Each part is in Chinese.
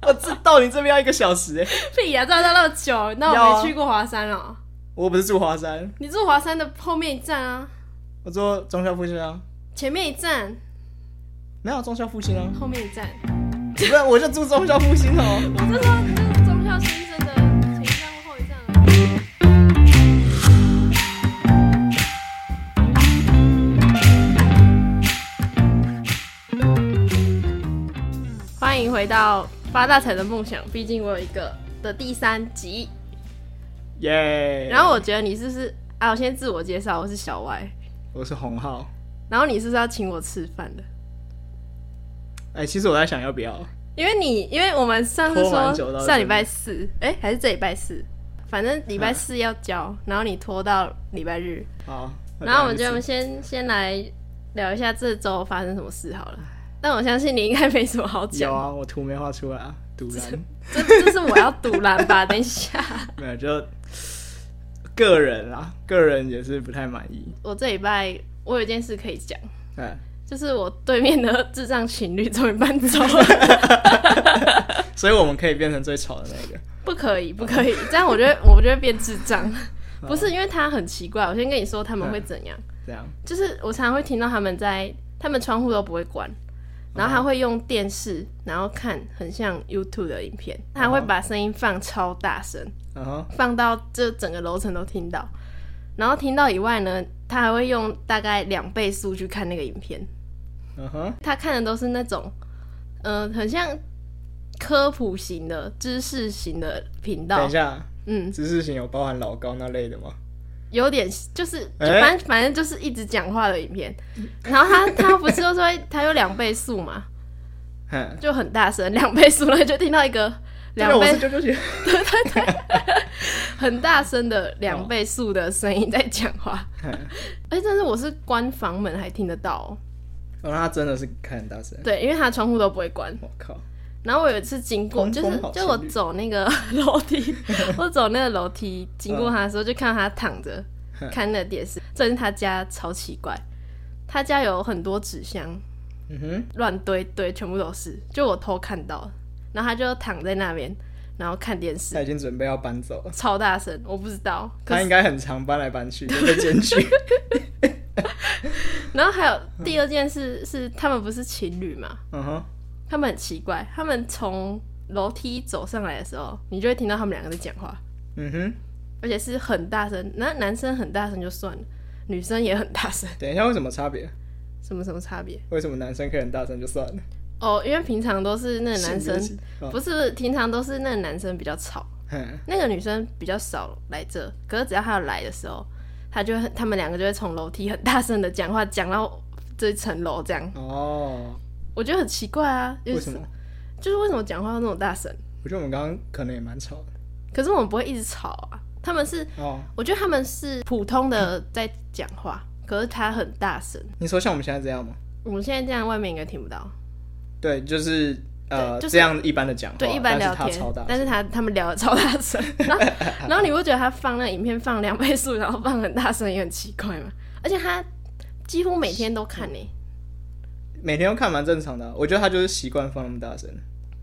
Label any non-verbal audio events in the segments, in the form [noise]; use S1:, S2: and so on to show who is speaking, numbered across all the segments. S1: [laughs] 我这到你这边要一个小时哎、
S2: 屁呀、啊，这要到那么久，那
S1: 要
S2: 我
S1: 啊
S2: 没去过华山哦、
S1: 我不是住华山，
S2: 你住华山的后面一站啊，
S1: 我住中校复兴啊，
S2: 前面一站，
S1: 没有中校复兴啊，
S2: 后面一站。
S1: 不是我就住中校复兴哦。
S2: 我就说你这是中校先生的前一站或后一站啊。啊欢迎回到发大财的梦想，毕竟我有一个的第三集。
S1: 耶、
S2: [laughs] 然后我觉得你是不是啊？我先自我介绍，我是小歪。
S1: 我是洪浩，
S2: 然后你是不是要请我吃饭的？
S1: 哎、其实我在想要不要，
S2: 因为你，因为我们上次
S1: 拖蛮久
S2: 说
S1: 到
S2: 上礼拜四，哎、还是这礼拜四，反正礼拜四要交，然后你拖到礼拜日，
S1: 好，
S2: 然后我们
S1: 就
S2: 就先先来聊一下这周发生什么事好了。但我相信你应该没什么好
S1: 有
S2: 讲，
S1: 啊，我图没画出来啊，
S2: [laughs]
S1: 突然
S2: 这这是我要堵拦吧？ [laughs] 等一下，
S1: 没有就个人啊，个人也是不太满意，
S2: 我这礼拜我有一件事可以讲，
S1: 哎，
S2: 就是我对面的智障情侣终于搬走了。
S1: [laughs] 所以我们可以变成最吵的那个。
S2: 不可以，不可以，这样我觉得我就会变智障。不是因为他很奇怪，我先跟你说他
S1: 嗯
S2: 们会怎样，
S1: 这样，
S2: 就是我常常会听到他们在他们窗户都不会关，然后他会用电视，然后看很像 YouTube 的影片，他会把声音放超大声，
S1: 然后
S2: 放到这整个楼层都听到，然后听到以外呢，他还会用大概两倍速去看那个影片，
S1: 嗯哼，
S2: 他看的都是那种，嗯、很像科普型的、知识型的频
S1: 等
S2: 道
S1: 一，下，
S2: 嗯。
S1: 知识型有包含老高那类的吗？
S2: 有点就是，就
S1: 哎
S2: 反正反正就是一直讲话的影片。然后他他不是就说他有两倍速嘛，
S1: 哼，
S2: 就很大声，两倍速，然后就听到一个
S1: 这
S2: 两
S1: 个我是
S2: 倍
S1: 啾啾
S2: [laughs]
S1: 姐，
S2: 很大声的两倍速的声音在讲话。
S1: 哼哎
S2: 而且但是我是关房门还听得到、哦，
S1: 哦，那他真的是开很大声，
S2: 对，因为他窗户都不会关。
S1: 我靠，
S2: 然后我有一次经过，
S1: 通
S2: 就
S1: 风
S2: 是
S1: 好
S2: 就我
S1: 情侣
S2: 走那个楼
S1: [laughs]
S2: 梯，我走那个楼梯经过他的时候，就看到他躺着
S1: 嗯
S2: 看那个电视。最近他家超奇怪，他家有很多纸箱
S1: 嗯哼，
S2: 乱堆堆，全部都是，就我偷看到的。然后他就躺在那边，然后看电视
S1: 他，已经准备要搬走了，
S2: 超大声，我不知道。可
S1: 他
S2: 是
S1: 应该很常搬来搬去，就被检
S2: [laughs]
S1: 举。
S2: 然后还有第二件事是，他们不是情侣嘛？
S1: 嗯哼，
S2: 他们很奇怪，他们从楼梯走上来的时候，你就会听到他们两个在讲话。
S1: 嗯哼，
S2: 而且是很大声。那男生很大声就算了，女生也很大声， [laughs]
S1: 等一下，为什么差别？
S2: 什么什么差别？
S1: 为什么男生可以很大声就算了？
S2: 哦，因为平常都是那个男生，哦
S1: 性别歧
S2: 不是平常都是那个男生比较吵，
S1: 哦哼，
S2: 那个女生比较少来这。可是只要她有来的时候，她就会很他们两个就会从楼梯很大声的讲话，讲到这一层楼这样，
S1: 哦，
S2: 我觉得很奇怪啊，就
S1: 为
S2: 是
S1: 什么？
S2: 就是为什么讲话要那么大声？
S1: 我觉得我们刚刚可能也蛮吵的
S2: 可是我们不会一直吵啊，他们是。
S1: 哦。
S2: 我觉得他们是普通的在讲话，可是他很大声。
S1: 你说像我们现在这样吗？
S2: 我们现在这样，外面应该听不到。
S1: 对，就是呃
S2: 对就是
S1: 这样一般的讲话，
S2: 对，一般聊
S1: 哦但
S2: 天
S1: 是他超大，
S2: 但是
S1: 声，
S2: 他他们聊的超大
S1: [laughs]
S2: 声，然后然后你不觉得他放那影片放两倍速，然后放很大声也很奇怪吗？而且他几乎每天都看呢、欸
S1: 每天都看蛮正常的啊。我觉得他就是习惯放那么大声，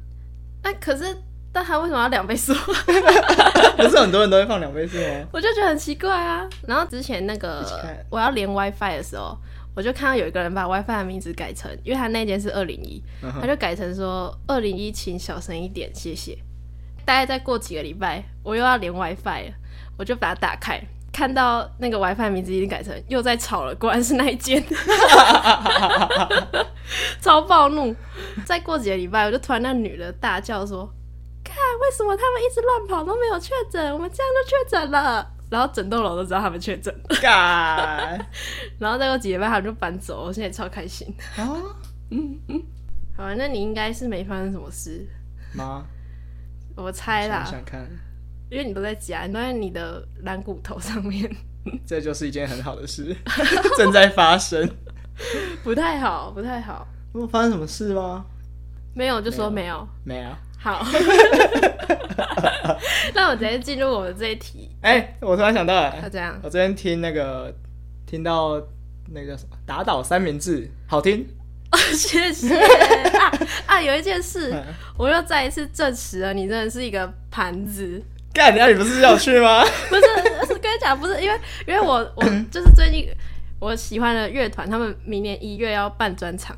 S1: [laughs]
S2: 那、可是，但他为什么要两倍速？
S1: 不是很多人都会放两倍速
S2: [laughs]
S1: 吗？
S2: 我就觉得很奇怪啊。然后之前那
S1: 一起
S2: 个
S1: 看
S2: 我要连 WiFi 的时候，我就看到有一个人把 WiFi 的名字改成，因为他那间是二零一，
S1: 嗯
S2: 他就改成说二零一，请小声一点，谢谢。大概再过几个礼拜，我又要连 WiFi 了，我就把它打开，看到那个 WiFi 名字已经改成又在吵了，果然是那一 [laughs] 间，超暴怒。再过几个礼拜，我就突然那女的大叫说：“看，为什么他们一直乱跑都没有确诊？我们这样就确诊了。”然后整栋楼都知道他们确诊了，
S1: 嘎
S2: 然后再过几个礼拜他们就搬走，我现在超开心。
S1: 啊
S2: 好啊，那你应该是没发生什么事，
S1: 妈，
S2: 我猜啦
S1: 想，想看，
S2: 因为你都在家，你都在你的蓝骨头上面，
S1: 这就是一件很好的事， [laughs] 正在发 [laughs] 生。
S2: 不太好，不太好。
S1: 我发生什么事吗？
S2: 没有就说
S1: 没
S2: 没有，
S1: 没有。
S2: 好。那我直接进入我们这一题，
S1: 哎、我突然想到了，
S2: 要这样
S1: [laughs] 我昨天听那个听到那个叫什么打倒三明治，好听，
S2: 谢谢啊啊！有一件事
S1: 嗯，
S2: 我又再一次证实了，你真的是一个盘子。
S1: 干，那你不是要去吗？ [laughs]
S2: 不是，是跟你讲，不是因为因为我
S1: [coughs]
S2: 我就是最近我喜欢的乐团，他们明年一月要办专场，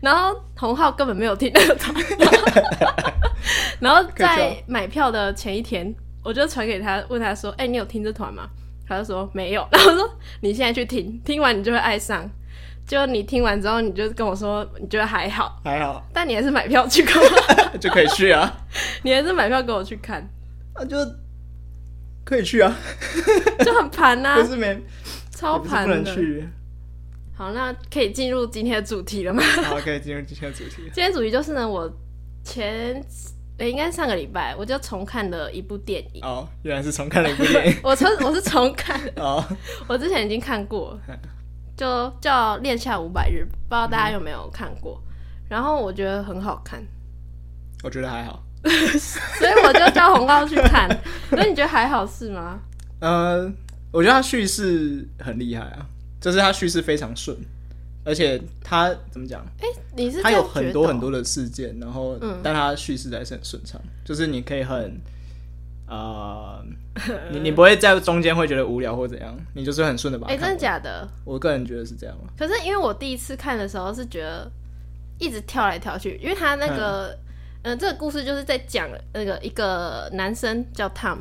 S2: 然后洪浩根本没有听那个团， [laughs] 然后在买票的前一天，我就传给他，问他说：“哎、你有听这团吗？”他就说没有，然 [laughs] 后我说你现在去听，听完你就会爱上。结果你听完之后，你就跟我说你觉得还好，
S1: 还好
S2: 但你还是买票去看， [laughs]
S1: 就可以去 [laughs] 啊，
S2: 你还是买票给我去看，
S1: 那啊就可以去啊，
S2: 就很盘呐、
S1: 可是没也
S2: 超
S1: 不是
S2: 盘
S1: 不能 [laughs]
S2: 的。
S1: 去。
S2: 好，那可以进入今天的主题了吗？ [laughs]
S1: 好，可以进入今天的主题。
S2: 今天主题就是呢，我前诶应该上个礼拜我就重看了一部电影。
S1: 哦，原来是重看了一部电影。
S2: 我重 [laughs] 我是重看， [laughs]
S1: 哦，
S2: 我之前已经看过， [laughs] 就叫《恋夏五百日》，不知道大家有没有看过。然后我觉得很好看， [laughs]
S1: 我觉得还好。
S2: 所以我就叫红高去看。 [laughs] 所以你觉得还好是吗？
S1: 呃，我觉得他叙事很厉害啊，就是他叙事非常顺，而且他怎么讲？
S2: 哎、你是
S1: 他
S2: 这
S1: 有
S2: 样觉
S1: 很
S2: 得
S1: 多
S2: 哦
S1: 很多的事件，然后、
S2: 嗯
S1: 但他叙事还是很顺畅，就是你可以很
S2: [laughs]
S1: 呃，你你不会在中间会觉得无聊或怎样，你就是很顺的把
S2: 哎、
S1: 它看
S2: 真
S1: 完。
S2: 的假的？
S1: 我个人觉得是这样啊。
S2: 可是因为我第一次看的时候是觉得一直跳来跳去，因为他那个，嗯、呃，这个故事就是在讲那个一个男生叫 Tom，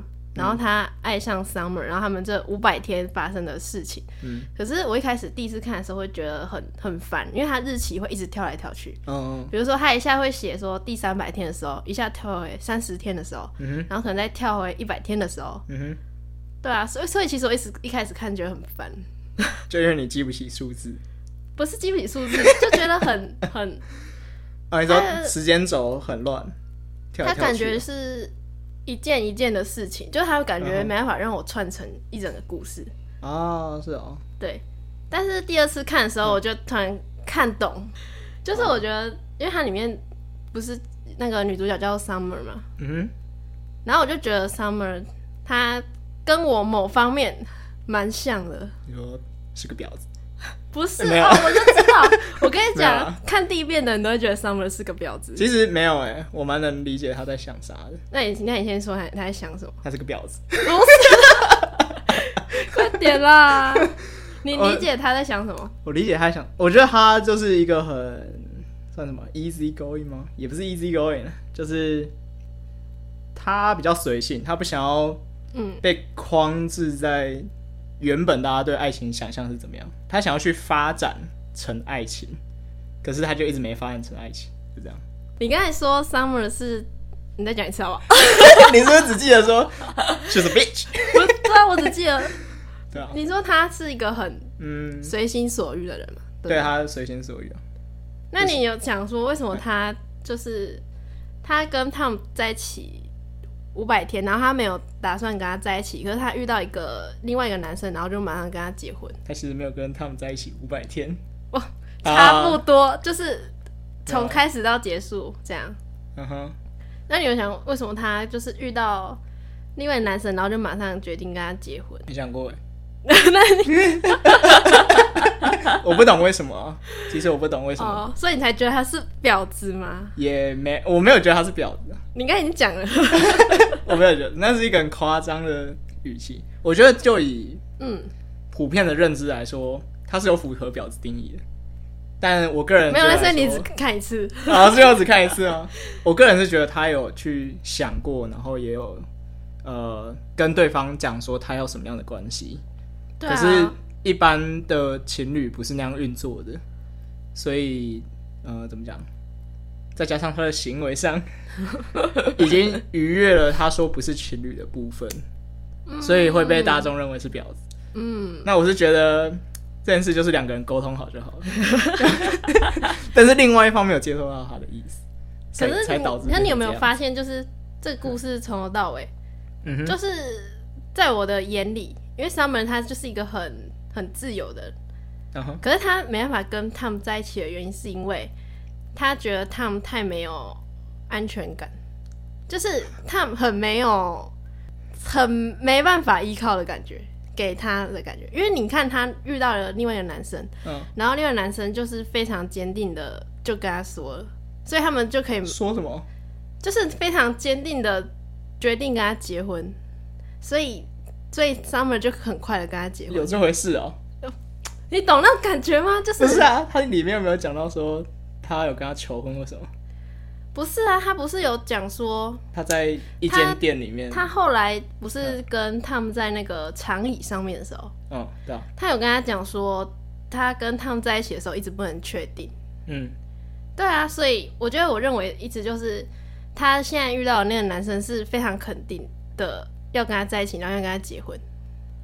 S1: 嗯
S2: 然后他爱上 Summer，、然后他们这五百天发生的事情。
S1: 嗯
S2: 可是我一开始第一次看的时候会觉得很很烦，因为他日期会一直跳来跳去。
S1: 嗯
S2: 比如说，他一下会写说第三百天的时候，一下跳回三十天的时候，
S1: 嗯哼
S2: 然后可能再跳回一百天的时候，
S1: 嗯
S2: 对啊，所以所以其实我一直一开始看觉得很烦，
S1: 哼，就因为你记不起数字
S2: 不是基本数字， [laughs] 就觉得很很
S1: 啊，你说
S2: 他
S1: 时间轴很乱，跳来
S2: 他
S1: 跳
S2: 感
S1: 去啊
S2: 觉是一件一件的事情，就是他感
S1: 嗯
S2: 觉没办法让我串成一整个故事。
S1: 哦，是哦，
S2: 对，但是第二次看的时
S1: 嗯
S2: 候，我就突然看懂，就是我觉得，因为它里面不是那个女主角叫 Summer 嘛，
S1: 嗯
S2: 然后我就觉得 Summer 她跟我某方面蛮像的。
S1: 哼，你说是个婊子，
S2: 不是
S1: 没有
S2: 哦，我就知
S1: [laughs]
S2: 道。我跟你
S1: 没有
S2: 讲
S1: 啊，
S2: 看第一遍的人都会觉得 Summer 是个婊子。
S1: 其实没有哎、我蛮能理解他在想啥的，
S2: 那你那你先说他他在想什么？
S1: 他是个婊子。
S2: 不是， [laughs] 快点啦！ [laughs] 哦你
S1: 呃
S2: 理解他在想什么？
S1: 我理解他想，我觉得他就是一个很算什么 easy going 吗？也不是 easy going，就是他比较随性，他不想要
S2: 嗯
S1: 被框制在原本大家对爱情想象是怎么样，他想要去发展成爱情，可是他就一直没发展成爱情，就这样。 [laughs]
S2: 你刚才说 Summer 是，你再讲一次好不好？
S1: 你是不是只记得说 she's a bitch？
S2: 不对 [laughs] 啊，我只记得
S1: 对啊，
S2: [laughs] 你说他是一个很
S1: 嗯，
S2: 随心所欲的人嘛。对不
S1: 对
S2: 对。
S1: 他随心所欲啊。
S2: 那你有讲说为什么他就是他跟 Tom 在一起五百天，然后他没有打算跟他在一起，可是他遇到一个另外一个男生，然后就马上跟他结婚，
S1: 他其实没有跟他们在一起五百天，
S2: 哇，
S1: 啊
S2: 差不多、就是从
S1: 对啊
S2: 开始到结束这样。
S1: 嗯哼，
S2: 那你有想为什么他就是遇到另外一个男生，然后就马上决定跟他结婚？ [laughs]
S1: 没想过哎。
S2: 那你
S1: 我不懂为什么啊，其实我不懂为什么，
S2: [laughs] 哦，所以你才觉得他是婊子吗？
S1: 也没我没有觉得他是婊子啊，
S2: 你刚才已经讲了，
S1: 我没有觉得那是一个很夸张的语气。我觉得就以
S2: 嗯，
S1: 普遍的认知来说，他是有符合婊子定义的。但我个人
S2: 没有，
S1: 觉
S2: 那
S1: 得
S2: 所以你
S1: 来
S2: 只
S1: 说 [laughs]
S2: 看一次，
S1: 啊，最后只看一次啊。我个人是觉得他有去想过，然后也有呃跟对方讲说他要什么样的关系，
S2: 对
S1: 可是
S2: 啊，
S1: 一般的情侣不是那样运作的，所以呃，怎么讲？再加上他的行为
S2: [laughs]
S1: 上已经逾越了他说不是情侣的部分，所以会被大众认为是婊子。
S2: 嗯，
S1: 那我是觉得这件事就是两个人沟通好就好
S2: [laughs]
S1: 了，但是另外一方没有接受到他的意思，才
S2: 可是
S1: 才导
S2: 你
S1: 致
S2: 那你有
S1: 变成
S2: 没
S1: 这
S2: 有
S1: 样？
S2: 发现，就是这个故事从头到尾，
S1: 嗯哼，
S2: 就是在我的眼里，因为 Summer 他就是一个很很自由的人，
S1: 然后
S2: 可是他没办法跟 Tom 在一起的原因，是因为他觉得 Tom 太没有安全感，就是 Tom 很没有、很没办法依靠的感觉，给他的感觉。因为你看他遇到了另外一个男生，
S1: 嗯
S2: 然后另外一个男生就是非常坚定的就跟他说了，所以他们就可以
S1: 说什么？
S2: 就是非常坚定的决定跟他结婚，所以所以 Summer 就很快的跟他结
S1: 有
S2: 婚。
S1: 这回事哦、
S2: 你懂那种感觉吗？就是
S1: 不是啊，他里面有没有讲到说他有跟他求婚或什么？
S2: 不是啊？他不是有讲说，
S1: 他在一
S2: 他
S1: 间店里面，
S2: 他后来不是跟他们在那个长椅上面的时候，
S1: 嗯，对啊，
S2: 他有跟他讲说，他跟他们在一起的时候一直不能确定。
S1: 嗯，
S2: 对啊，所以我觉得我认为一直就是他现在遇到的那个男生是非常肯定的，要跟他在一起，然后要跟他结婚。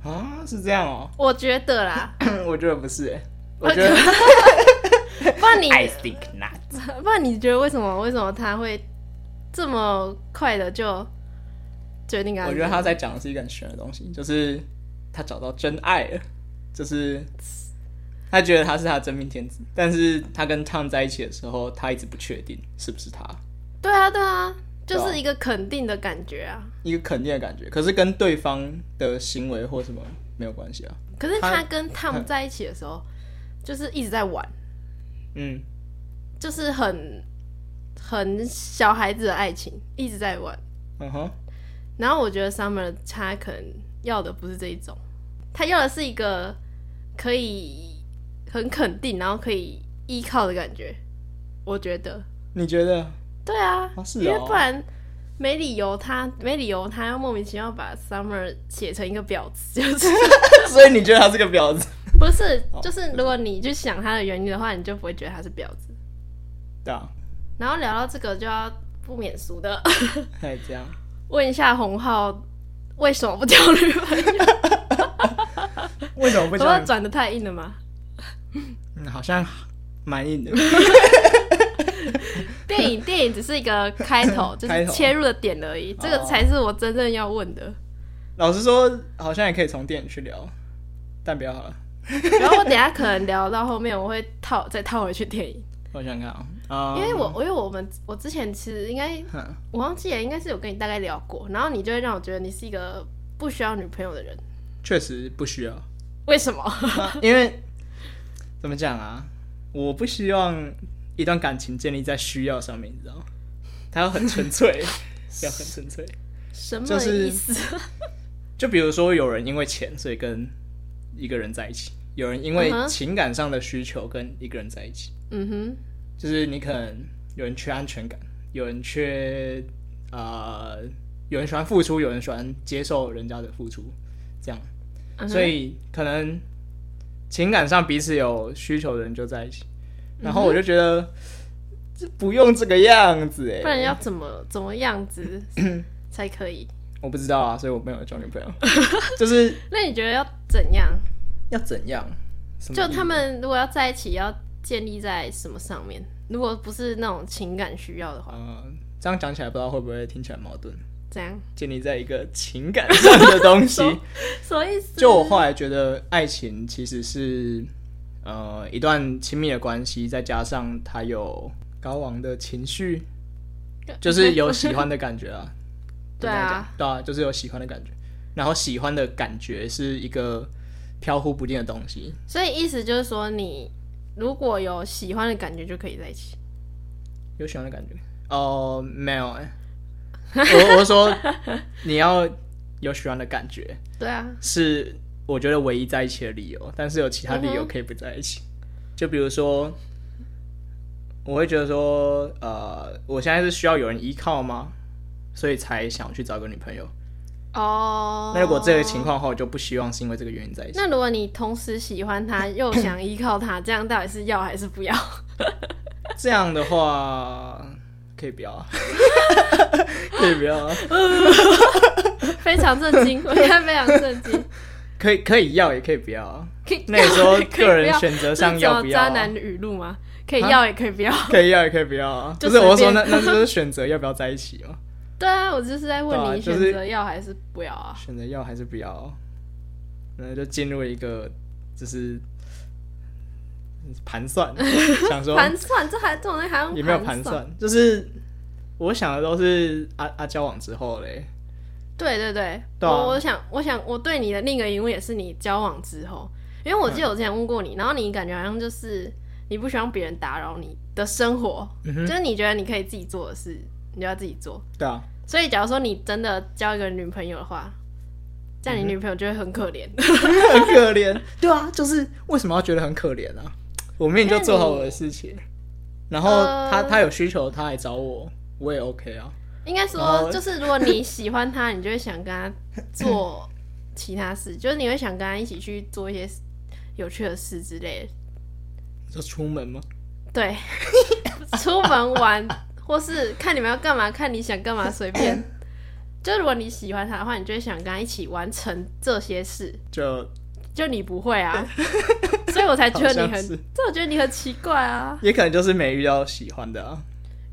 S1: 啊，是这样
S2: [coughs]
S1: 哦、
S2: 我觉
S1: [laughs]
S2: 得啦，
S1: 我觉得不是、欸，
S2: 我
S1: 我觉得
S2: 哦不
S1: [laughs]
S2: 然你
S1: think not。
S2: 不然你觉得为什么为什么他会这么快的就决定跟他？
S1: 我觉得他在讲的是一个很玄的东西，就是他找到真爱了，就是他觉得他是他的真命天子，但是他跟 Tom 在一起的时候，他一直不确定是不是他，
S2: 对啊对啊，就
S1: 对啊
S2: 是一个肯定的感觉啊。
S1: 一个肯定的感觉，可是跟对方的行为或什么没有关系啊。
S2: 可是
S1: 他
S2: 他跟 Tom 在一起的时候，就是一直在玩，
S1: 嗯，
S2: 就是很很小孩子的爱情，一直在玩。
S1: 嗯哼，
S2: 然后我觉得 Summer 他可能要的不是这一种，他要的是一个可以很肯定，然后可以依靠的感觉。我觉得，
S1: 你觉得？
S2: 对啊，
S1: 啊是哦
S2: 因为不然没理由他没理由他要莫名其妙把 Summer 写成一个婊子，就是
S1: [laughs]
S2: [laughs]
S1: 所以你觉得他是个婊子？
S2: 不是
S1: 哦
S2: 就是如果你去想他的原因的话，你就不会觉得他是婊子。
S1: 对啊，
S2: 然后聊到这个，就要不免俗的 [laughs]
S1: 还这样。
S2: 问一下洪浩为什么不交女朋友？
S1: 为什么不
S2: 我要转的太硬了吗？
S1: 嗯，好像蛮硬的。 [laughs]
S2: 电影电影只是一个开
S1: [laughs]
S2: 头，就
S1: 开
S2: 是
S1: 头
S2: 切入的点而已，这个
S1: 哦
S2: 才是我真正要问
S1: [laughs]
S2: 的。
S1: 老实说，好像也可以从电影去聊，但不要好了。
S2: 然后我等一下可能聊到后面，我会套再套回去电影，
S1: 我想想看啊、
S2: 因为我因为我们我之前其实应该
S1: 哼
S2: 我忘记了，应该是有跟你大概聊过，然后你就会让我觉得你是一个不需要女朋友的人，
S1: 确实不需要， [laughs]
S2: 为什么？
S1: 因为怎么讲啊？我不希望一段感情建立在需要上面，你知道吗？它要很纯
S2: [laughs]
S1: 粹，要很纯粹。
S2: 什么
S1: 就是
S2: 意思？
S1: 就比如说，有人因为钱所以跟一个人在一起，有人因为
S2: 嗯哼
S1: 情感上的需求跟一个人在一起。
S2: 嗯哼，
S1: 就是你可能有人缺安全感，有人缺呃，有人喜欢付出，有人喜欢接受人家的付出，这样，
S2: 嗯哼
S1: 所以可能情感上彼此有需求的人就在一起。然
S2: 嗯
S1: 后我就觉得、这不用这个样子哎、
S2: 不然要怎么怎么样子
S1: 嗯
S2: 才可以？
S1: 我不知道啊，所以我没有交女
S2: [laughs]
S1: 朋友，就是
S2: 那你觉得要怎样？
S1: 要怎样？什么
S2: 就
S1: 意
S2: 他们如果要在一起，要建立在什么上面？如果不是那种情感需要的话，
S1: 呃，这样讲起来不知道会不会听起来矛盾，[laughs]
S2: 怎样？
S1: 建立在一个情感上的东
S2: [laughs]
S1: 西
S2: 什。么什么意思？ [laughs]
S1: 就我后来觉得，爱情其实是呃一段亲密的关系，再加上他有高昂的情绪，就是有喜欢的感觉啊。
S2: 对
S1: 就这样
S2: 啊
S1: 讲，，对啊，就是有喜欢的感觉。然后喜欢的感觉是一个飘忽不定的东西，
S2: [laughs] 所以意思就是说，你如果有喜欢的感觉，就可以在一起。
S1: 有喜欢的感觉哦、没有、
S2: [laughs]
S1: 欸，我我是说你要有喜欢的感觉
S2: 对啊，
S1: 是我觉得唯一在一起的理由，但是有其他
S2: 嗯
S1: 理由可以不在一起。就比如说，我会觉得说，呃，我现在是需要有人依靠吗？所以才想去找个女朋友。
S2: 哦、
S1: 那如果这个情，况的话，我就不希望是因为这个原因在一起。
S2: 那如果你同时喜欢他，又想依靠他，这样到底是要还是不要？ [laughs]
S1: 这样的话，可以不要啊，
S2: [laughs]
S1: 可以不要啊，
S2: 非常震
S1: [laughs]
S2: 惊，我现在非常震惊。
S1: 可以可以要，也可以不要啊。
S2: 可以
S1: 那你说
S2: 可以
S1: 个人
S2: 不要
S1: 选择
S2: 是
S1: 上要不
S2: 只
S1: 要
S2: 渣
S1: 啊？
S2: 男语录吗？可以
S1: 啊
S2: 要也可以不要。
S1: 可以要，也可以不要啊。
S2: 就
S1: 不是，我是
S2: 随
S1: 说
S2: 便
S1: 那那就是选择要不要在一起哦嘛？
S2: 对啊，我就是在问
S1: 对啊
S2: 你
S1: 就
S2: 选
S1: 是
S2: 择要还是不要啊？
S1: 选择要还是不要，然后就进入一个就是盘 [laughs] 算，想说
S2: 盘算这还这种东西还用
S1: 也没有盘
S2: 算？
S1: 算，就是我想的都是啊啊交往之后嘞，
S2: 对对对，
S1: 对啊
S2: 我我想我想我对你的另一个疑问也是你交往之后，因为我记得我之前问过你，然后你感觉好像就是你不希望别人打扰你的生活，
S1: 嗯
S2: 就是你觉得你可以自己做的事，你就要自己做。
S1: 对啊，
S2: 所以，假如说你真的交一个女朋友的话，这
S1: 嗯
S2: 样你女朋友就会很可怜。
S1: 很可怜。 [laughs] 对啊，就是为什么要觉得很可怜啊？我明明就做好我的事情，然后
S2: 呃
S1: 他、他有需求，他来找我，我也 OK 啊。
S2: 应该说，就是如果你喜欢他，你就会想跟他做其他事，就是你会想跟他一起去做一些有趣的事之类的。
S1: 就出门吗？
S2: 对，
S1: [laughs]
S2: 出门玩，或是看你们要干嘛，看你想干嘛，随便。就如果你喜欢他的话，你就会想跟他一起完成这些事。
S1: 就
S2: 就你不会啊，所以我才觉得你
S1: 好像
S2: 很
S1: 是，
S2: 这我觉得你很奇怪啊。
S1: 也可能就是没遇到喜欢的啊，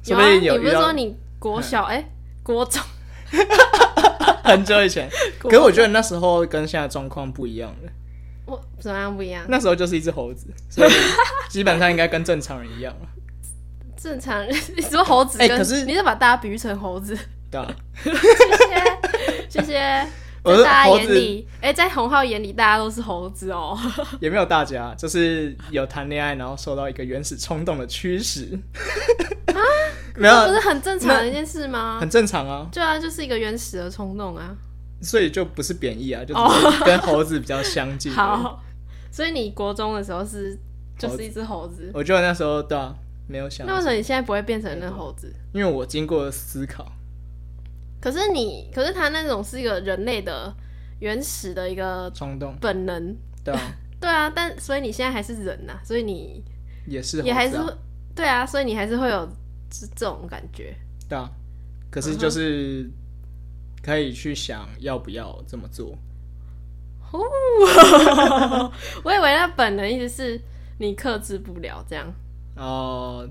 S1: 说不
S2: 有啊，
S1: 定
S2: 你不
S1: 遇
S2: 是说
S1: 到
S2: 你
S1: [laughs]
S2: 国小哎、国中？
S1: 很久以前。可是我觉得那时候跟现在状况不一样了，
S2: 我怎么样不一样？
S1: 那时候就是一只猴
S2: [laughs]
S1: 子，所以基本上应该跟正常人一样了，
S2: 正常人， [laughs] 你说猴子
S1: 哎
S2: 跟？
S1: 可是
S2: 你是把大家比喻成
S1: [laughs]
S2: 猴子？
S1: 对啊。
S2: 谢谢。
S1: 我
S2: 在
S1: 是
S2: 大家
S1: 猴
S2: 眼
S1: 子
S2: 里，哎、在洪浩眼里，大家都是猴
S1: [laughs]
S2: 子哦。
S1: 也没有大家，就是有谈恋爱，然后受到一个原始冲动的驱使。没
S2: 这不
S1: 有，
S2: 啊是很正常的一件事吗？
S1: 很正常啊，
S2: 对啊，就是一个原始的冲动啊。
S1: 所以就不是贬义啊，就是跟猴子比较相近。，
S2: 哦好，所以你国中的时候是就是一只猴子，
S1: 我觉得那时候对啊，没有想
S2: 那，为什么你现在不会变成那猴子？
S1: 因为我经过思考，
S2: 可是你，可是他那种是一个人类的原始的一个
S1: 冲动，
S2: 本能，
S1: 对啊，
S2: 对啊，但所以你现在还是人呐、所以你
S1: 也是猴子、啊，
S2: 也还是会对啊，所以你还是会有这这种感觉。
S1: 对啊，可
S2: 嗯
S1: 是就是可以去想要不要这么做，
S2: 哦，我以为那本能一直是你克制不了这样，
S1: 然后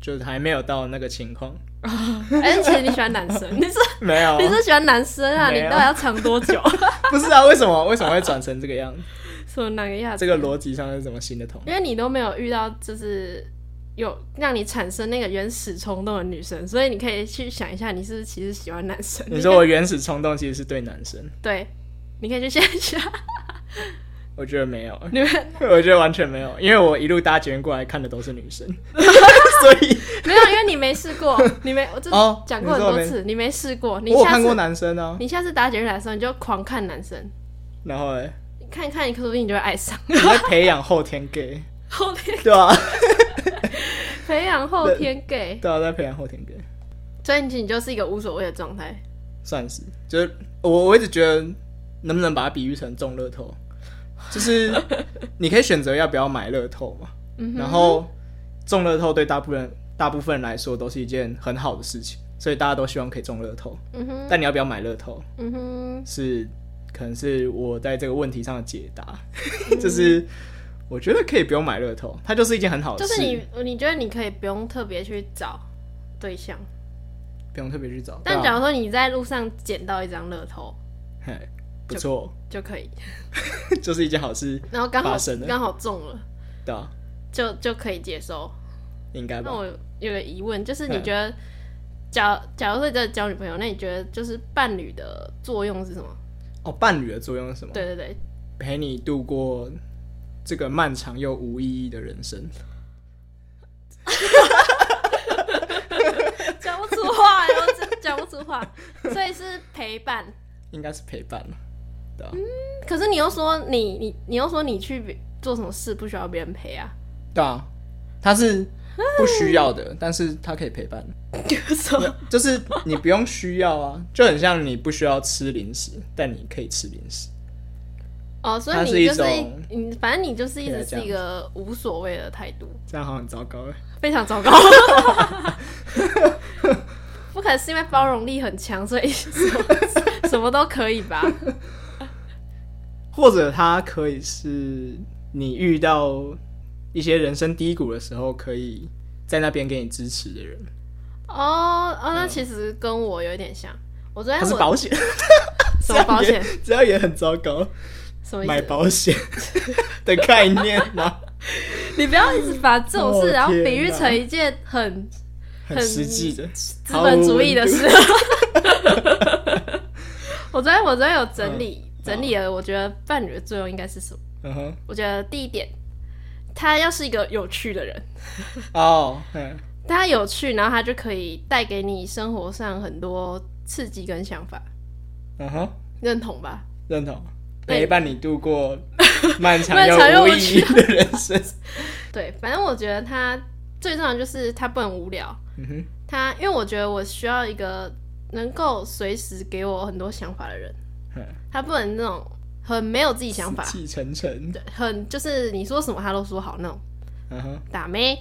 S1: 就还没有到那个情
S2: [laughs]
S1: 况，
S2: 而且哎你喜欢男
S1: [laughs]
S2: 生，你是
S1: 没有，
S2: 你是喜欢男生啊？你
S1: 哦没有
S2: 到底要藏多
S1: [laughs]
S2: 久？
S1: 不是啊？为什么为什么会转成这个
S2: [laughs]
S1: 样子？
S2: 什么哪个样子？
S1: 这个逻辑上是怎么行得通？
S2: 因为你都没有遇到，就是有让你产生那个原始冲动的女生，所以你可以去想一下，你是不是其实喜欢男生？
S1: 你说我原始冲动其实是对男生，
S2: [laughs] 对，你可以去想
S1: [laughs]
S2: 一下，
S1: 我觉得没有，
S2: 你们
S1: [laughs] 我觉得完全没有，因为我一路搭捷运过来看的都是
S2: [laughs]
S1: 女生， [laughs] 所以
S2: 没有，因为你没试过，你没，我这
S1: 哦
S2: 讲过很多次，你没试过，你
S1: 我有
S2: 下
S1: 看过
S2: 次
S1: 男生啊。
S2: 你下次打捷运来的时候，你就狂看男生，
S1: 然后嘞，
S2: 看一看，说不定你就会爱 [laughs] 上。
S1: 你在培养后天
S2: [laughs]
S1: gay，
S2: 后天
S1: 对啊，
S2: 培养后天 gay，
S1: 对啊，在培养后天 gay，
S2: 所以你就是一个无所谓的状态。
S1: 算是就是我我一直觉得能不能把它比喻成中乐透，就是你可以选择要不要买乐透嘛，
S2: 嗯哼
S1: 然后中乐透对大部分人大部分人来说都是一件很好的事情，所以大家都希望可以中乐透，
S2: 嗯哼，
S1: 但你要不要买乐透？
S2: 嗯哼，
S1: 是可能是我在这个问题上的解答，[laughs]
S2: 嗯
S1: 就是我觉得可以不用买乐透，它哦就是一件很好的
S2: 就
S1: 事，
S2: 是你，你觉得你可以不用特别去找对象。
S1: 不用特别去找。
S2: 但
S1: 对
S2: 假
S1: 啊
S2: 如说你在路上捡到一张乐透
S1: 嘿不错， [laughs]
S2: 就可以，
S1: 就是一件好事，
S2: 然后刚好
S1: 发生了
S2: 刚好中了，
S1: 对啊，
S2: 就就可以接受。
S1: 应该
S2: 那
S1: 吧？
S2: 我有个疑问，就是你
S1: 嗯
S2: 觉得，假假如说你在交女朋友，那你觉得就是伴侣的作用是什么？
S1: 哦，伴侣的作用是什么？
S2: 对对对，
S1: 陪你度过这个漫长又无意义的人生。
S2: 讲不出话 [laughs] 欸，我真讲不出话，所以是陪伴。
S1: 应该是陪伴了，对啊，
S2: 可是你又说你你你又说你去做什么事不需要别人陪啊？
S1: 对啊，它是不需要
S2: [laughs]
S1: 的，但是它可以陪伴，
S2: 什么？
S1: 就是你不用需要啊，就很像你不需要吃零食，但你可以吃零食。
S2: [laughs] 哦，所以
S1: 它是
S2: 你
S1: 一
S2: 就是
S1: 种
S2: 你，反正你就是一直
S1: 可以这
S2: 是
S1: 样
S2: 一个无所谓的态度。
S1: 这样好像很糟糕哎。
S2: 非常糟糕。 [laughs] 不可能是因为包容力很强，所以什么什么都可以
S1: [laughs]
S2: 吧？
S1: 或者它可以是你遇到一些人生低谷的时候，可以在那边给你支持的人。
S2: 哦哦，那其实跟我有一点像。我昨天
S1: 它是
S2: 哎我
S1: 保险，
S2: 什么保险？
S1: 这 [laughs] 样也很糟糕，
S2: 什么意
S1: 买
S2: 思？
S1: 保险的概念啊，
S2: 你不要一直把这种事，
S1: 哦
S2: 然后比喻
S1: 天哪
S2: 成一件很
S1: 很实际的。
S2: 资本主义的事。 [laughs] 我昨天我昨天有整理、
S1: 嗯
S2: 整理了，我觉得伴侣的作用应该是什么？
S1: 嗯哼，
S2: 我觉得第一点，他要是一个有趣的人，
S1: 哦，嗯，
S2: 他有趣，然后他就可以带给你生活上很多刺激跟想法，
S1: 嗯哼，
S2: 认同吧？
S1: 认同，
S2: 对
S1: 陪伴你度
S2: [laughs]
S1: 过漫长
S2: 漫长又
S1: 又无
S2: 无
S1: 意义的人
S2: [laughs]
S1: 生。
S2: 对，反正我觉得他最重要的就是他不能无聊，
S1: 嗯哼，
S2: 他因为我觉得我需要一个能够随时给我很多想法的人，
S1: 嗯
S2: 他不能那种很没有自己想法，
S1: 死气沉沉。
S2: 对很就是你说什么他都说好那种
S1: 嗯哼，
S2: 打妹。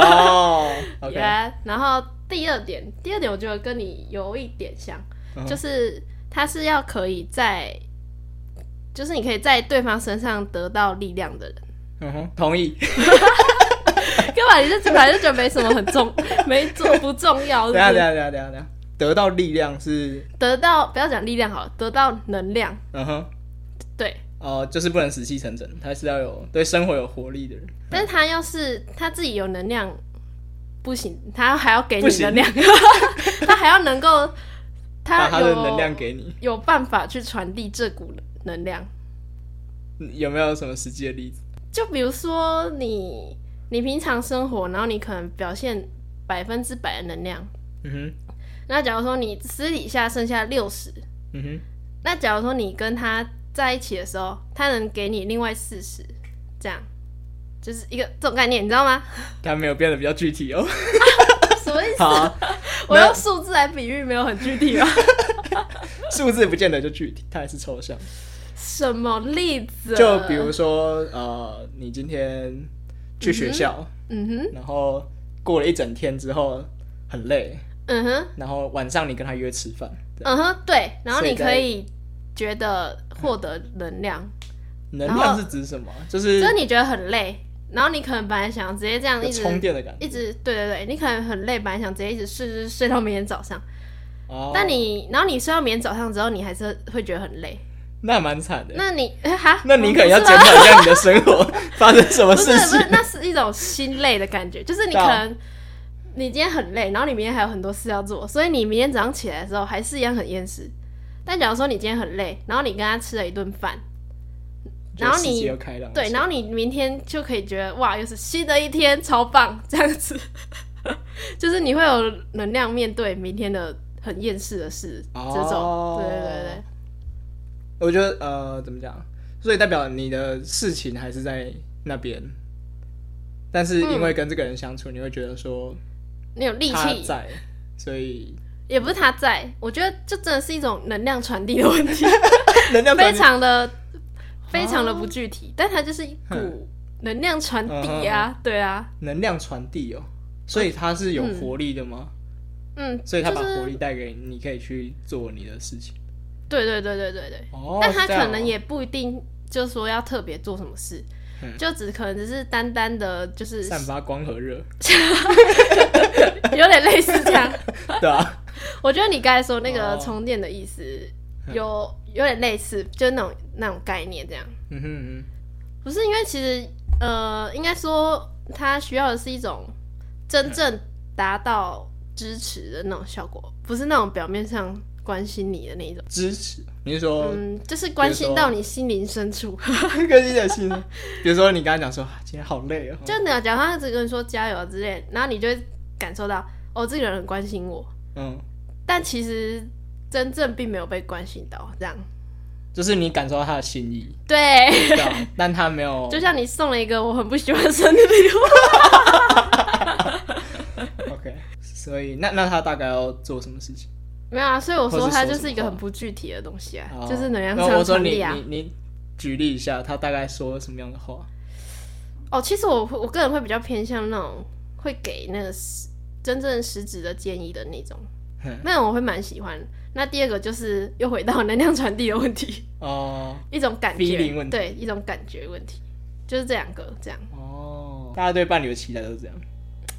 S1: 哦，OK，
S2: Yeah，然后第二点，第二点我觉得跟你有一点像，
S1: 嗯哼
S2: 就是他是要可以在，就是你可以在对方身上得到力量的人。 [laughs]
S1: 嗯哼，同意。
S2: 根本你是本来就觉得没什么很重， [laughs] 没重不重要，是
S1: 等
S2: 不
S1: 一下，等一
S2: 是？
S1: 下，等一下，等一下等一下，得到力量是，
S2: 得到不要讲力量好了，得到能量，
S1: 嗯哼，
S2: 对。
S1: 哦，就是不能死气沉沉，他是要有对生活有活力的人。
S2: 但是他要是他自己有能量，不行，他还要给
S1: 不
S2: 你
S1: 行
S2: 能量， [laughs] 他还要能够，
S1: 把
S2: 他
S1: 他
S2: 有
S1: 的能量给你，
S2: 有办法去传递这股能量。
S1: 嗯有没有什么实际的例子？
S2: 就比如说你你平常生活，然后你可能表现百分之百的能量，
S1: 嗯哼，
S2: 那假如说你私底下剩下六十，
S1: 嗯哼，
S2: 那假如说你跟他在一起的时候，他能给你另外四十，这样就是一个这种概念，你知道吗？
S1: 他没有变得比较具体哦。
S2: [laughs] 什么意思？
S1: 好啊，
S2: [laughs] 我用数字来比喻，没有很具 [laughs] 体吧？啊
S1: 数字不见得就具体，它也是抽象。
S2: 什么例子？
S1: 就比如，说，呃，你今天去学校，
S2: 嗯哼，
S1: 然后过了一整天之后很累，
S2: 嗯哼，
S1: 然后晚上你跟他约吃饭，这样
S2: 嗯哼，对，然后
S1: 所以
S2: 你
S1: 在
S2: 可以觉得获得能量，
S1: 能
S2: 然
S1: 量
S2: 后
S1: 是指什么？就是
S2: 就是你觉得很累，然后你可能本来想直接这样一
S1: 有
S2: 直
S1: 充电的感觉。
S2: 一直对对对，你可能很累，本来想直接一直睡睡睡到明天早上，
S1: 哦，
S2: 但你然后你睡到明天早上之后，你还是会觉得很累。
S1: 那蛮惨的。
S2: 那你 [laughs] 哎哈，
S1: 那你可能要
S2: 不
S1: 检
S2: 是吗
S1: 讨一下你的生活发生什么
S2: 不是
S1: 事
S2: 不
S1: 情 [laughs]
S2: 是，。那是一种心累的感觉，就是你
S1: 对
S2: 可
S1: 啊
S2: 能你今天很累，然后你明天还有很多事要做，所以你明天早上起来的时候还是一样很厌世。但假如说你今天很累，然后你跟他吃了一顿饭，
S1: 觉
S2: 然
S1: 得
S2: 后
S1: 世
S2: 你
S1: 界又开朗了，
S2: 对，然后你明天就可以觉得哇，又是新的一天，超棒，这样子， [laughs] 就是你会有能量面对明天的很厌世的事，
S1: 哦
S2: 这种，对对对对，
S1: 我觉得呃，怎么讲？所以代表你的事情还是在那边，但是因
S2: 嗯
S1: 为跟这个人相处，你会觉得说
S2: 你有力
S1: 他
S2: 气，
S1: 在，所以
S2: 也不是他在，我觉得这真的是一种能量传递的
S1: [laughs]
S2: 问题，
S1: 能量
S2: 非
S1: 传递哦
S2: 常的非常的不具体，但它就是一股
S1: 嗯
S2: 能量传递啊，对啊，
S1: 能量传递哦，所以他是有活力的吗？
S2: 嗯，
S1: 所以他把
S2: 就是
S1: 活力带给你，你可以去做你的事情。
S2: 对对对对对对，
S1: 哦，
S2: 但他
S1: 是这样
S2: 可
S1: 哦
S2: 能也不一定就说要特别做什么事，
S1: 嗯
S2: 就只可能只是单单的，就是
S1: 散发光和热， [laughs]
S2: [laughs] 有点类似这样。
S1: 对啊，
S2: 我觉得你刚才说那个
S1: 哦
S2: 充电的意思
S1: 嗯
S2: 有有点类似，就是那种那种概念这样。
S1: 嗯哼嗯
S2: 不是因为其实呃，应该说他需要的是一种真正达到支持的那种效果，不是那种表面上关心你的那一种。
S1: 哼，支持。你是说
S2: 嗯，就是关
S1: 比
S2: 心
S1: 如说
S2: 到你心灵深处。
S1: 更新的心呢？比如说你刚刚讲说啊今天好累哦，
S2: 就你要讲他只跟你说加油之类，然后你就会感受到哦，这个人很关心我，
S1: 嗯，
S2: 但其实真正并没有被关心到，这样
S1: 就是你感受到他的心
S2: [laughs]
S1: 意，
S2: 对。
S1: 对啊，但他没有。
S2: 就像你送了一个我很不喜欢生日礼物，
S1: OK，所以那那他大概要做什么事情？
S2: [laughs] 没有啊，所以我
S1: 或
S2: 说
S1: 是
S2: 它
S1: 说
S2: 就
S1: 什
S2: 是
S1: 么
S2: 一个
S1: 话
S2: 很不具体的东西啊，
S1: 哦
S2: 就是能量
S1: 那我
S2: 上
S1: 说
S2: 传
S1: 你
S2: 递啊。
S1: 你你举例一下，他大概说了什么样的话？
S2: 哦，其实我会我个人会比较偏向那种会给那个实真正实质的建议的那种
S1: 嗯，
S2: 那种我会蛮喜欢。那第二个就是又回到能量传递的问题，
S1: 哦
S2: 一种感觉
S1: Feeling 问题
S2: 对，一种感觉问题，就是这两个这样。
S1: 哦，大家对伴侣的期待都是这样。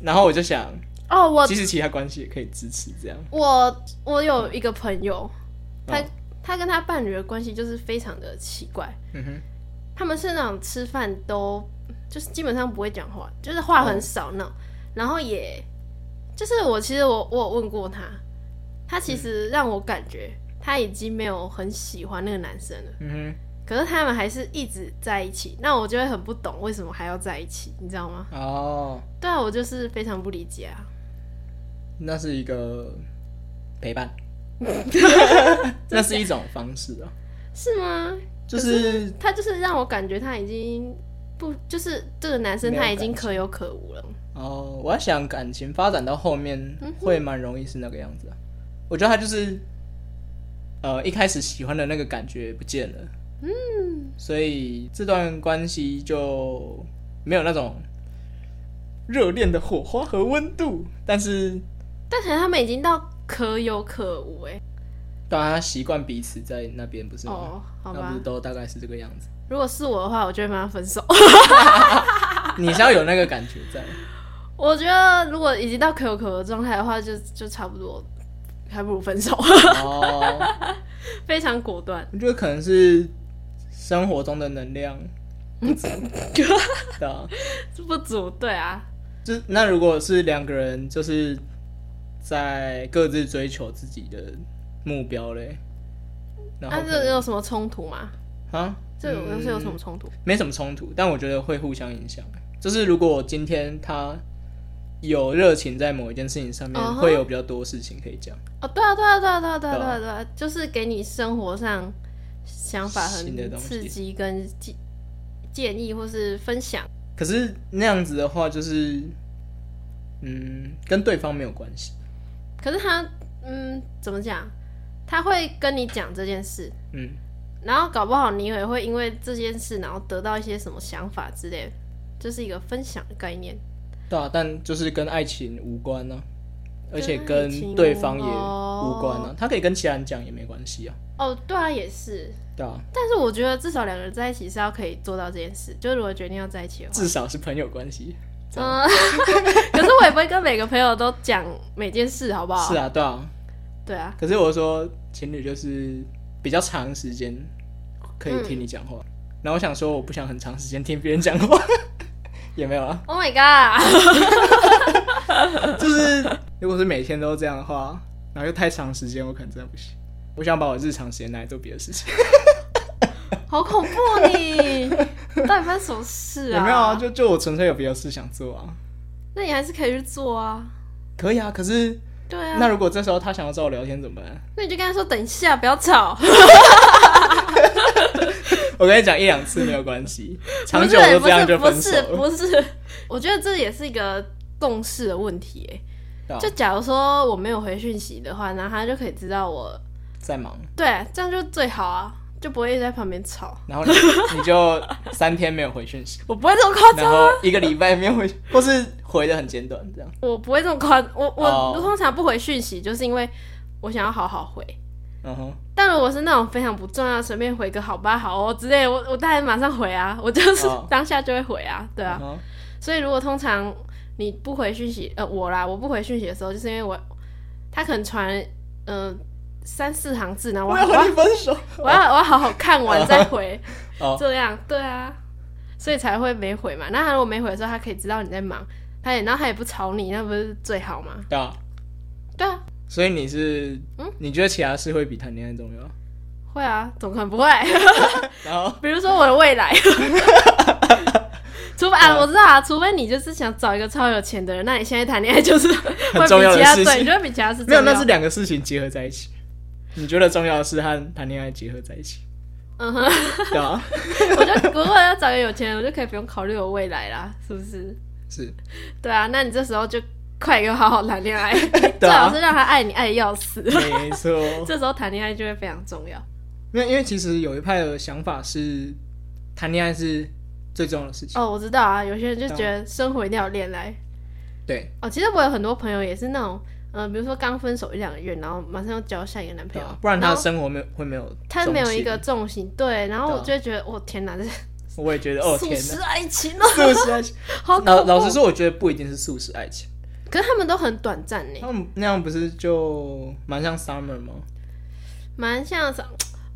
S1: 然后我就想，
S2: 哦，我
S1: 其实其他关系也可以支持这样。
S2: 我我有一个朋友，他、
S1: 哦
S2: 他跟他伴侣的关系就是非常的奇怪，
S1: 嗯哼，
S2: 他们是那种吃饭都就是基本上不会讲话，就是话很少那种，然后也就是我其实我我有问过他，他其实让我感觉他已经没有很喜欢那个男生了，
S1: 嗯哼，
S2: 可是他们还是一直在一起，那我就会很不懂为什么还要在一起，你知道吗？
S1: 哦，
S2: 对啊，我就是非常不理解啊。
S1: 那是一个陪 [laughs] 伴，那是一种方式啊，
S2: 是吗？
S1: 就是
S2: 他就是让我感觉他已经不，就是这个男生
S1: 没有
S2: 他已
S1: 感
S2: 经
S1: 情
S2: 可有可无了。
S1: 哦，我在想感情发展到后面会蛮容易是那个样子、啊。我觉得他就是，呃，一开始喜欢的那个感觉不见了，嗯，所以这段关系就没有那种热恋的火花和温度，但是
S2: 但可能他们已经到可有可无哎、
S1: 大家习惯彼此在那边，不是吗？
S2: 哦，好
S1: 那不
S2: 吧
S1: 是。都大概是这个样子。
S2: 如果是我的话，我就会跟他分手。 [laughs]
S1: 你是要有那个感觉在，
S2: 我觉得如果已经到可有可无的状态的话，就就差不多，还不如分手， [laughs]
S1: 哦，
S2: 非常果断。
S1: 我觉得可能是生活中的能量，对啊。
S2: 不足，对啊，
S1: 就是那如果是两个人，就是在各自追求自己的目标嘞，然后可
S2: 那、啊这
S1: 能
S2: 有什么冲突吗？
S1: 啊，
S2: 这有
S1: 嗯
S2: 是有什么冲突？
S1: 没什么冲突，但我觉得会互相影响。就是如果今天他有热情在某一件事情上面
S2: 嗯哼
S1: 会有比较多事情可以讲，
S2: 哦，对啊，对啊，对啊，对啊，对
S1: 嗯
S2: 啊，
S1: 对
S2: 对
S1: 啊
S2: 啊，对啊，就是给你生活上想法
S1: 新的
S2: 很
S1: 东西
S2: 刺激跟建建议或是分享。
S1: 可是那样子的话，就是嗯，跟对方没有关系，
S2: 可是他，嗯，怎么讲？他会跟你讲这件事，
S1: 嗯，
S2: 然后搞不好你也会因为这件事，然后得到一些什么想法之类的，就是一个分享的概念，
S1: 对啊，但就是跟爱情无关呢、而且
S2: 跟爱
S1: 跟
S2: 情哦
S1: 对方也
S2: 无
S1: 无关啊，他可以跟其他人讲也没关系啊，
S2: 哦，对啊，也是。
S1: 对啊，
S2: 但是我觉得至少两个人在一起是要可以做到这件事，就是如果决定要在一起的话，
S1: 至少是朋友关系。啊这样
S2: 嗯， [laughs] 可是我也不会跟每个朋友都讲每件事，好不好？
S1: 是，啊，对啊。
S2: 对啊，
S1: 可是我说情侣就是比较长时间可以听你讲话，
S2: 嗯
S1: 然后我想说我不想很长时间听别人讲话， [laughs] 也没有啊。
S2: Oh my god！
S1: 就是如果是每天都这样的话，然后又太长时间，我可能真的不行。我想把我日常时间拿来做别的事情，
S2: [laughs] 好恐怖哦你， [laughs] 到底发生什么事啊？
S1: 也没有啊，就就我纯粹有别的事想做啊，
S2: 那你还是可以去做啊。
S1: 可以啊。可是
S2: 对啊，
S1: 那如果这时候他想要找我聊天怎么办？
S2: 那你就跟他说等一下，不要吵，
S1: 我跟你讲一两次没有关
S2: [laughs]
S1: 系，
S2: 不
S1: 长
S2: 是
S1: 久都这样就
S2: 不
S1: 分手
S2: 是
S1: 了。
S2: 不是，不是 [laughs] 我觉得这也是一个共识的问题耶。
S1: 对啊
S2: 就假如说我没有回讯息的话，然后他就可以知道我，
S1: 在忙，
S2: 对，这样就最好啊，就不会一直在旁边吵。
S1: 然
S2: [laughs]
S1: 后你你就三天没有回讯息。
S2: 我不会这么夸
S1: 然
S2: 张啊
S1: 后一个礼拜没有回，或是回的很简短，这样
S2: 我不会这么夸，我我、
S1: 哦
S2: 我通常不回讯息，就是因为我想要好好回。
S1: 嗯哼，
S2: 但如果是那种非常不重要，随便回个好吧好哦之类，我我当然马上回啊，我就是
S1: 哦
S2: 当下就会回啊，对啊。
S1: 嗯哼
S2: 所以如果通常你不回讯息，呃，我啦，我不回讯息的时候，就是因为我他可能传嗯、呃三四行字，然后
S1: 我
S2: 我
S1: 要
S2: 要我
S1: 和你
S2: 要
S1: 分手。
S2: 我 [laughs] 要我要好好看完再回，
S1: [laughs] 哦
S2: 这样对啊，所以才会没回嘛。那他如果没回的时候，他可以知道你在忙，他也然后他也不吵你，那不是最好吗？
S1: 对啊，
S2: 对啊，
S1: 所以你是，
S2: 嗯
S1: 你觉得其他事会比谈恋爱重要？
S2: 会啊，怎么可能不会？ [laughs]
S1: 然后
S2: 比如说我的未来， [laughs] 除非
S1: 嗯
S2: 啊，我知道啊，除非你就是想找一个超有钱的人，那你现在谈恋爱就是会
S1: 重要的
S2: 比其他
S1: 事情
S2: 对，你就会比其他事
S1: 没有，
S2: 重要
S1: 那是两个事情结合在一起。你觉得重要的事和谈恋爱结合在一起，
S2: 嗯哼，
S1: 对
S2: [laughs]
S1: 啊，
S2: 我就如果要找一个有钱人，我就可以不用考虑我未来啦，是不是？
S1: 是，
S2: 对啊，那你这时候就快给我好好谈恋爱，
S1: [laughs]
S2: [laughs]
S1: 对
S2: 最好
S1: 啊
S2: 是，让他爱你爱的要死，
S1: 没错。
S2: 这时候谈恋爱就会非常重要。
S1: 因为因为其实有一派的想法是，谈恋爱是最重要的事情。
S2: 哦，我知道啊，有些人就觉得生活一定要有恋爱。
S1: 对，
S2: 哦，其实我有很多朋友也是那种，嗯、比如说刚分手一两个月，然后马上要交下一个男朋
S1: 对
S2: 友
S1: 啊，，不然他
S2: 然
S1: 的
S2: 后
S1: 生活没有会没有。
S2: 他没有一个，重心，对，然后
S1: 对啊
S2: 我就会觉得，我、天哪，这是
S1: 我也觉得，哦
S2: 素
S1: 天
S2: 食
S1: 哪，
S2: 爱情哦，
S1: [laughs] 素食爱情。
S2: [laughs] 好恐
S1: 老
S2: 怖。
S1: 老实说，我觉得不一定是素食爱情。
S2: 可是他们都很短暂呢，
S1: 他们那样不是就蛮像 Summer 吗？
S2: 蛮像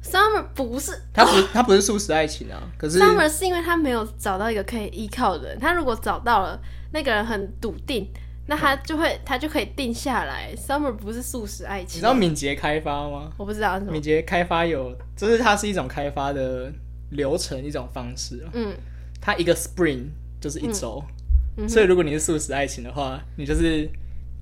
S2: summer 不是
S1: 他不，他不是 [gasps] 素食爱情啊，可是
S2: Summer 是因为他没有找到一个可以依靠的人，他如果找到了那个人很笃定，那
S1: 嗯
S2: 他就会他就可以定下来。Summer 不是素食爱
S1: 你
S2: 情
S1: 知，道敏捷开发吗？
S2: 我不知道是什么
S1: 敏捷开发有，就是它是一种开发的流程一种方式啊了。
S2: 嗯，
S1: 它一个 spring 就是一周，所以如果你是素食爱情的话，你就是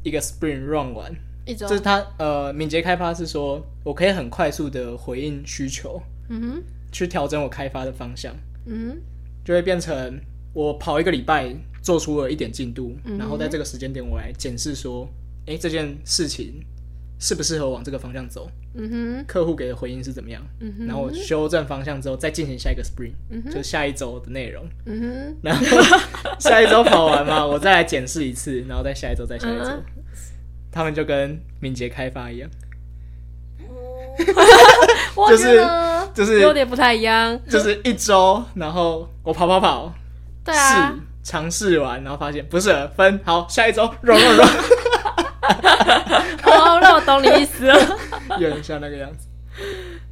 S1: 一个 spring run 完，
S2: 一周
S1: 就，是它呃敏捷开发是说我可以很快速的回应需求，
S2: 嗯哼，
S1: 去调整我开发的方向，
S2: 嗯
S1: 就会变成我跑一个礼拜做出了一点进度，
S2: 嗯
S1: 然后在这个时间点我来检视说，诶，这件事情适不适合往这个方向走，
S2: 哼，嗯哼，
S1: 客户给的回应是怎么样，
S2: 嗯哼，
S1: 然后我修正方向之后再进行下一个 spring，、就是下一周的内容。
S2: 嗯哼，
S1: 然
S2: [laughs]
S1: 后下一周跑完嘛，我再来检视一次，然后再下一周再下一周，
S2: 嗯
S1: 他们就跟敏捷开发一样，
S2: 我觉得
S1: 就是
S2: 有点不太一样，
S1: 就是一周，然后我跑跑跑，
S2: 对啊
S1: 试，尝试完，然后发现不适合，分好，下一周 run run
S2: [laughs]
S1: run，
S2: 哦，那我懂你意
S1: [laughs]
S2: 思了，
S1: 有点像那个样子。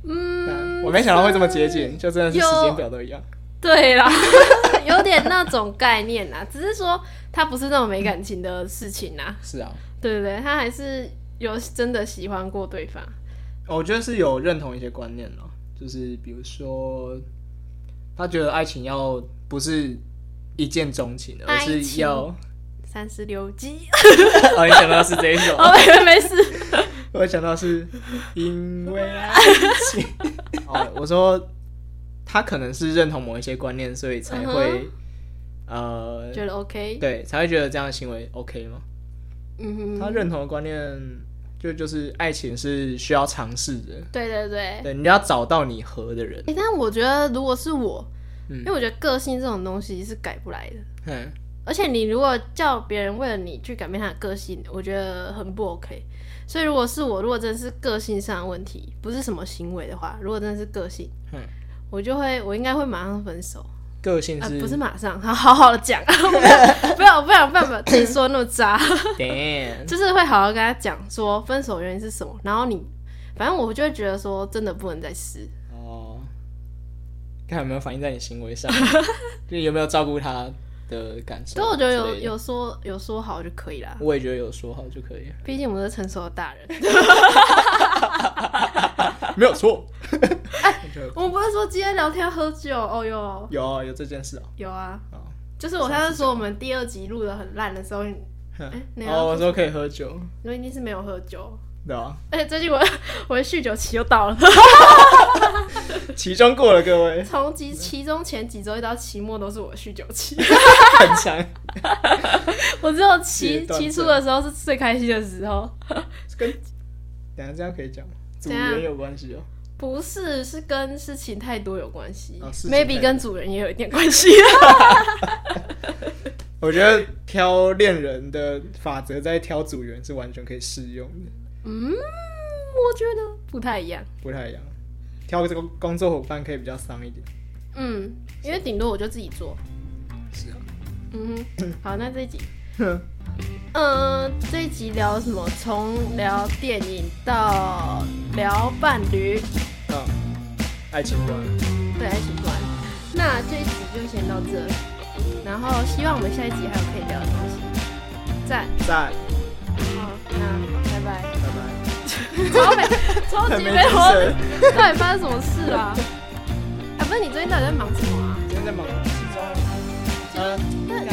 S2: 嗯，
S1: 我没想到会这么接近，就真的是
S2: 有
S1: 时间表都一样。
S2: 对啦， [laughs] 有点那种概念啦，只是说它不是那种没感情的事情啦，
S1: 是啊，
S2: 对不对？他还是有真的喜欢过对方，
S1: 哦我觉得是有认同一些观念了，就是比如说，他觉得爱情要不是一见钟情，而
S2: 爱
S1: 是
S2: 情
S1: 要。
S2: 三十六计，
S1: [laughs] [laughs] 哦，你想到是这一首。
S2: 哦，没没事，
S1: 我想到是因为爱情。 [laughs] 哦，我说他可能是认同某一些观念，所以才会、呃，
S2: 觉得 OK，
S1: 对，才会觉得这样的行为 OK 吗？
S2: 嗯
S1: 他
S2: 哼，
S1: 认同的观念就就是爱情是需要尝试的，
S2: 对对对。
S1: 对，你要找到你合的人。
S2: 欸但我觉得如果是我，
S1: 嗯
S2: 因为我觉得个性这种东西是改不来的，
S1: 嗯，
S2: 而且你如果叫别人为了你去改变他的个性，我觉得很不 OK。所以如果是我，如果真的是个性上的问题，不是什么行为的话，如果真的是个性，
S1: 嗯
S2: 我就会，我应该会马上分手。
S1: 个性
S2: 啊
S1: 是、，
S2: 不是马上，好好好的讲，不要不要不要不要自己说那么渣，
S1: damn，
S2: 就是会好好跟他讲说分手原因是什么，然后你，反正我就会觉得说真的不能再试，
S1: 哦，看有没有反映在你行为 [laughs] 上，就有没有照顾他的感受之类的。
S2: 所以我觉得有有说有说好就可以啦，
S1: 我也觉得有说好就可以了。
S2: 毕竟我们都是成熟的大人， [laughs]
S1: [laughs] 没有错，哎
S2: 我们不是说今天聊天要喝酒，哦哟，
S1: 有啊有这件事啊。
S2: 有啊
S1: 哦，
S2: 就是我上次说我们第二集录的很烂的时候，你哎你要
S1: 哦，我说可以喝酒，
S2: 你一定是没有喝酒，
S1: 对啊，
S2: 而且最近我我的酗酒期又到了， [laughs]
S1: 期中过了，各 [laughs] 位
S2: 从期期中前几周一直到期末都是我的酗酒期。 [laughs]
S1: 很强，
S2: 我只有骑
S1: 阶段
S2: 骑
S1: 性
S2: 出的时候是最开心的时候，
S1: 跟等一下这样可以讲吗？组
S2: 怎样
S1: 员有关系哦。
S2: 不是是跟事情太多有关系、
S1: 啊事情
S2: m a y b
S1: 太
S2: e
S1: 多
S2: 跟主人也有一点关系。 [laughs]
S1: 我觉得挑恋人的法则在挑组员是完全可以适用的，
S2: 嗯，我觉得不太一样。
S1: 不太一样。挑这个工作伙伴可以比较丧一点。
S2: 嗯，因为顶多我就自己做。
S1: 是 [laughs] 啊，
S2: 嗯哼， [laughs] 好，那这一集，嗯，这一集聊什么？从聊电影到聊伴侣，
S1: 啊，爱情观，
S2: 对爱情观。那这一集就先到这，然后希望我们下一集还有可以聊的东西。赞，
S1: 在，
S2: 好，那拜拜。
S1: 拜拜。
S2: 超美，超
S1: [laughs]
S2: 级
S1: 很没
S2: 没
S1: 精
S2: 活力
S1: 神。
S2: [laughs] 到底发生什么事啊？啊，不是你最近到底在忙什么啊？
S1: 今天在忙期中啊，呃，
S2: 那那